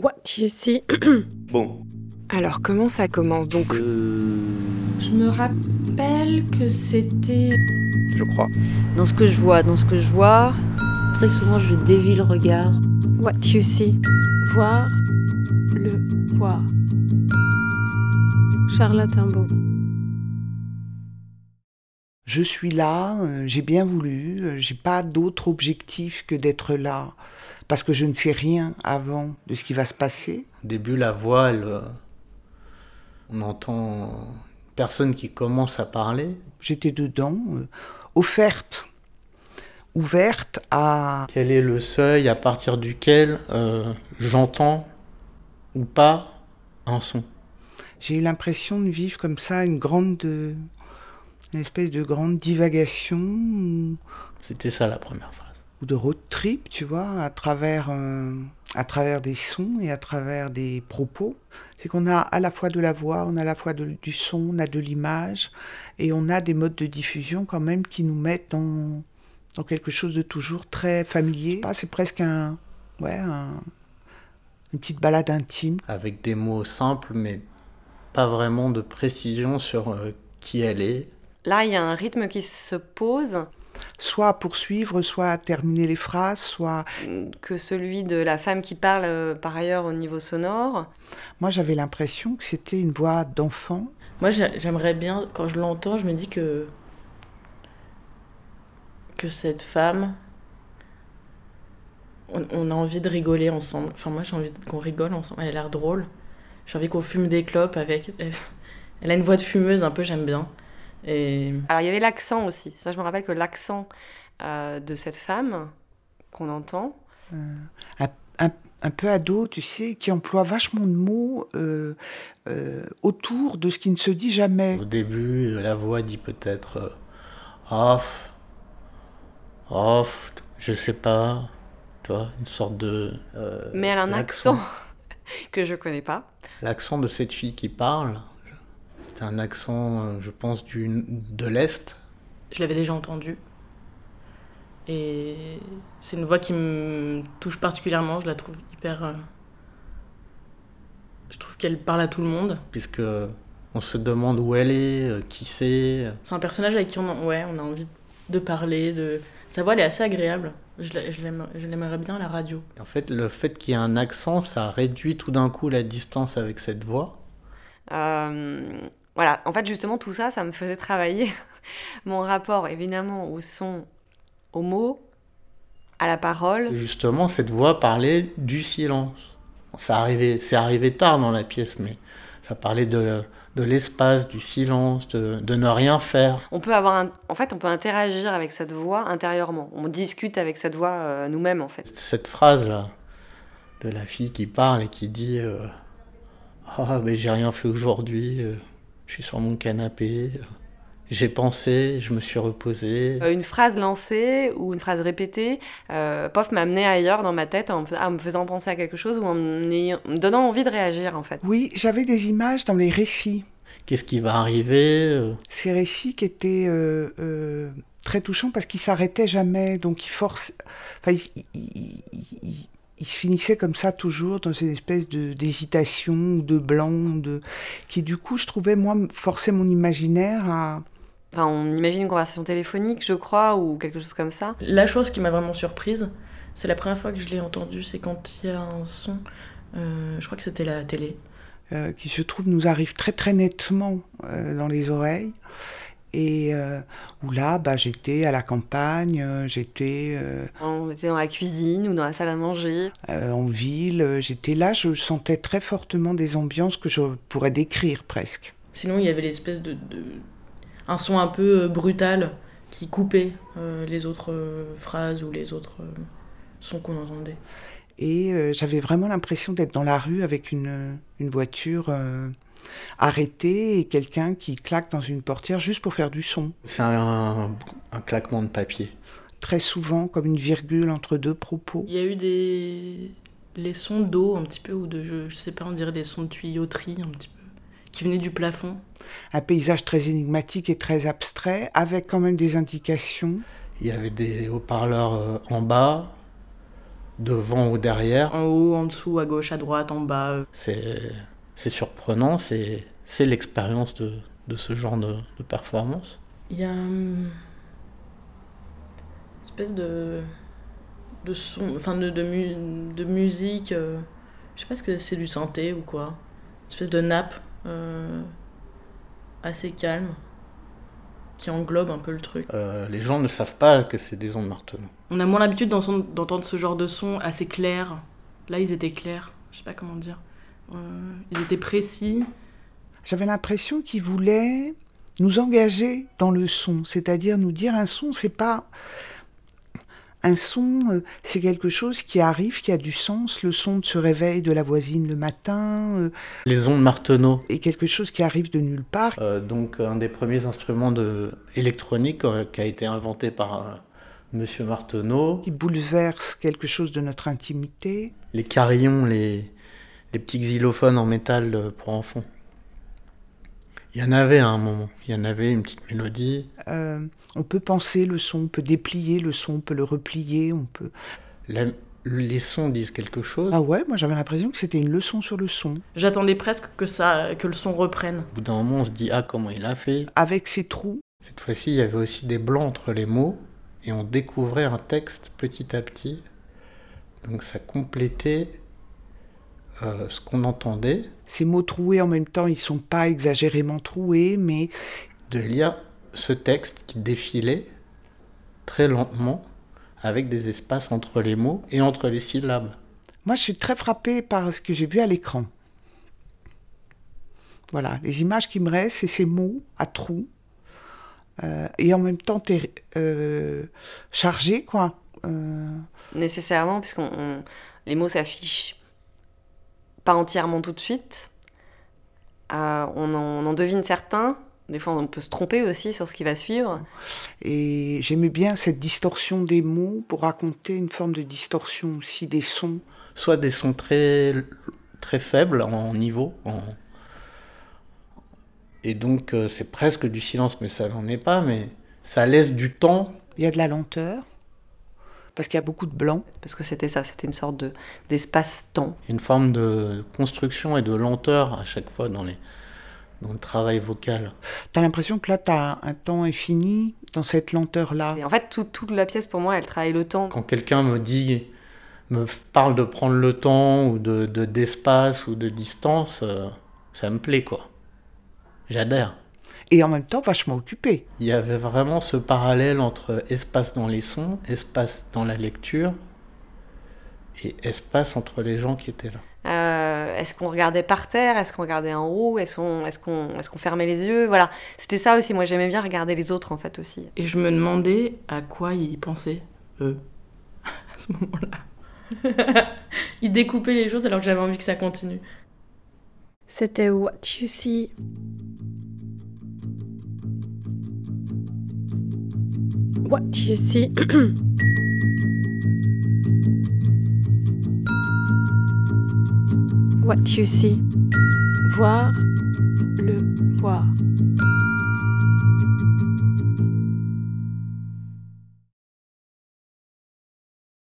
What you see. Bon. Alors comment ça commence donc Je me rappelle que c'était. Je crois. Dans ce que je vois, dans ce que je vois, très souvent je dévie le regard. What you see. Voir. Le voir. Charlotte Imbeau. Je suis là, euh, j'ai bien voulu, euh, j'ai pas d'autre objectif que d'être là, parce que je ne sais rien avant de ce qui va se passer. Au début, la voix, elle, euh, on entend une personne qui commence à parler. J'étais dedans, euh, offerte, ouverte à Quel est le seuil à partir duquel euh, j'entends ou pas un son J'ai eu l'impression de vivre comme ça une grande, euh, une espèce de grande divagation ou, C'était ça la première phrase. ou de road trip, tu vois, à travers, euh, à travers des sons et à travers des propos. C'est qu'on a à la fois de la voix, on a à la fois de- du son, on a de l'image et on a des modes de diffusion quand même qui nous mettent dans, dans quelque chose de toujours très familier. Je sais pas, C'est presque un, ouais, un- une petite balade intime. Avec des mots simples, mais pas vraiment de précision sur euh, qui elle est. Là, il y a un rythme qui se pose, soit à poursuivre, soit à terminer les phrases, soit... que celui de la femme qui parle euh, par ailleurs au niveau sonore. Moi, j'avais l'impression que c'était une voix d'enfant. Moi j'a- j'aimerais bien, quand je l'entends, je me dis que. que cette femme. On, on a envie de rigoler ensemble. Enfin, moi j'ai envie de- qu'on rigole ensemble. Elle a l'air drôle. J'ai envie qu'on fume des clopes avec. Elle a une voix de fumeuse un peu, j'aime bien. Et. Alors, il y avait l'accent aussi. Ça, je me rappelle que l'accent euh, de cette femme qu'on entend, Un peu ado, tu sais, qui emploie vachement de mots euh, euh, autour de ce qui ne se dit jamais. Au début, euh, la voix dit peut-être euh, off, off, je sais pas, tu vois, une sorte de. euh, mais elle a un d'accent. accent que je connais pas. L'accent de cette fille qui parle, c'est un accent, euh, je pense, du, de l'Est. Je l'avais déjà entendue. Et c'est une voix qui me touche particulièrement. Je la trouve hyper. euh, Je trouve qu'elle parle à tout le monde. puisque on se demande où elle est, euh, qui c'est. C'est un personnage avec qui on a, ouais, on a envie de parler. De... Sa voix, elle est assez agréable. Je l'a- je l'aime- je l'aimerais bien à la radio. Et En fait, le fait qu'il y ait un accent, ça réduit tout d'un coup la distance avec cette voix. Euh, voilà, en fait, justement, tout ça, ça me faisait travailler mon rapport, évidemment, au son, aux mots, à la Et parole. Justement, cette voix parlait du silence. Ça arrivait, c'est arrivé tard dans la pièce, mais ça parlait de, de l'espace, du silence, de, de ne rien faire. On peut avoir un- En fait, on peut interagir avec cette voix intérieurement. On discute avec cette voix euh, nous-mêmes, en fait. Cette phrase-là, de la fille qui parle et qui dit euh, Ah, mais j'ai rien fait aujourd'hui, euh, je suis sur mon canapé, euh, j'ai pensé, je me suis reposé. Euh, Une phrase lancée ou une phrase répétée, euh, pof, m'amenait ailleurs dans ma tête en me, fais- en me faisant penser à quelque chose ou en me ayant- me donnant envie de réagir, en fait. Oui, j'avais des images dans les récits. qu'est-ce qui va arriver euh, Ces récits qui étaient euh, euh, très touchants parce qu'ils s'arrêtaient jamais, donc ils force... Enfin, ils, ils- ils- ils- ils se finissaient comme ça toujours dans une espèce de- d'hésitation, de blanc, de... qui du coup, je trouvais, moi, forçait mon imaginaire à... Enfin, on imagine une conversation téléphonique, je crois, ou quelque chose comme ça. La chose qui m'a vraiment surprise, c'est la première fois que je l'ai entendue, c'est quand il y a un son. euh, je crois que c'était la télé. euh, qui je trouve nous arrive très très nettement euh, dans les oreilles. Et euh, où là, bah, j'étais à la campagne, euh, j'étais euh, On était dans la cuisine ou dans la salle à manger. euh, en ville, euh, j'étais là, je sentais très fortement des ambiances que je pourrais décrire presque. Sinon, il y avait l'espèce de, de- un son un peu euh, brutal qui coupait euh, les autres euh, phrases ou les autres euh, sons qu'on entendait. Et euh, j'avais vraiment l'impression d'être dans la rue avec une, une voiture euh, arrêtée et quelqu'un qui claque dans une portière juste pour faire du son. C'est un, un claquement de papier. Très souvent, comme une virgule entre deux propos. Il y a eu des les sons d'eau un petit peu ou de je, je sais pas, on dirait des sons de tuyauterie un petit peu qui venaient du plafond. Un paysage très énigmatique et très abstrait, avec quand même des indications. Il y avait des haut-parleurs euh, en bas, devant ou derrière. En haut, en dessous, à gauche, à droite, en bas. euh. C'est c'est surprenant, c'est c'est l'expérience de, de ce genre de, de performance. Il y a hum, une espèce de, de son, enfin de, de, mu- de musique. euh, je sais pas ce que c'est du synthé ou quoi. Une espèce de nappe euh, assez calme qui englobe un peu le truc. Euh, les gens ne savent pas que c'est des ondes martelantes. On a moins l'habitude d'en- d'entendre ce genre de son assez clair. Là, ils étaient clairs. Je sais pas comment dire. Euh, ils étaient précis. J'avais l'impression qu'il voulait nous engager dans le son, c'est-à-dire nous dire un son, c'est pas un son, euh, c'est quelque chose qui arrive, qui a du sens, le son de ce réveil de la voisine le matin, euh, Les ondes marteneaux, et quelque chose qui arrive de nulle part. euh, donc un des premiers instruments de, électroniques euh, qui a été inventé par euh, Monsieur Marteneau. qui bouleverse quelque chose de notre intimité. les carillons, les, les petits xylophones en métal euh, pour enfants. Il y en avait à un moment, il y en avait une petite mélodie. Euh, on peut penser le son, on peut déplier le son, on peut le replier, on peut... La- les sons disent quelque chose. Ah ouais, moi j'avais l'impression que c'était une leçon sur le son. J'attendais presque que, ça, que le son reprenne. Au bout d'un moment, on se dit Ah, comment il a fait Avec ses trous, Cette fois-ci, il y avait aussi des blancs entre les mots et on découvrait un texte petit à petit. Donc ça complétait euh, ce qu'on entendait ces mots troués en même temps, ils sont pas exagérément troués, mais de lire ce texte qui défilait très lentement avec des espaces entre les mots et entre les syllabes. Moi, je suis très frappée par ce que j'ai vu à l'écran. Voilà, les images qui me restent, c'est ces mots à trous, euh, et en même temps ter- euh, chargés, quoi. Euh, nécessairement, puisqu'on on- les mots s'affichent pas entièrement tout de suite. Euh, on, en, on en devine certains. Des fois, on peut se tromper aussi sur ce qui va suivre. et j'aimais bien cette distorsion des mots pour raconter une forme de distorsion aussi des sons. soit des sons très, très faibles en niveau. en- Et donc euh, c'est presque du silence, mais ça n'en est pas, mais ça laisse du temps. Il y a de la lenteur, parce qu'il y a beaucoup de blanc. Parce que c'était ça, c'était une sorte de- d'espace-temps. une forme de construction et de lenteur à chaque fois dans, les, dans le travail vocal. T'as l'impression que là, t'as un temps infini dans cette lenteur-là. Et en fait, tout- toute la pièce, pour moi, elle travaille le temps. Quand quelqu'un me dit, me parle de prendre le temps ou de de- d'espace ou de distance, euh, ça me plaît quoi. J'adhère. Et en même temps, vachement occupé. Il y avait vraiment ce parallèle entre espace dans les sons, espace dans la lecture et espace entre les gens qui étaient là. Euh, est-ce qu'on regardait par terre Est-ce qu'on regardait en haut Est-ce qu'on est qu'on est qu'on fermait les yeux Voilà, c'était ça aussi. Moi, j'aimais bien regarder les autres, en fait, aussi. Et je me demandais à quoi ils pensaient, eux, à ce moment-là. ils découpaient les choses alors que j'avais envie que ça continue. C'était What You See. What You See. What You See. Voir le voir.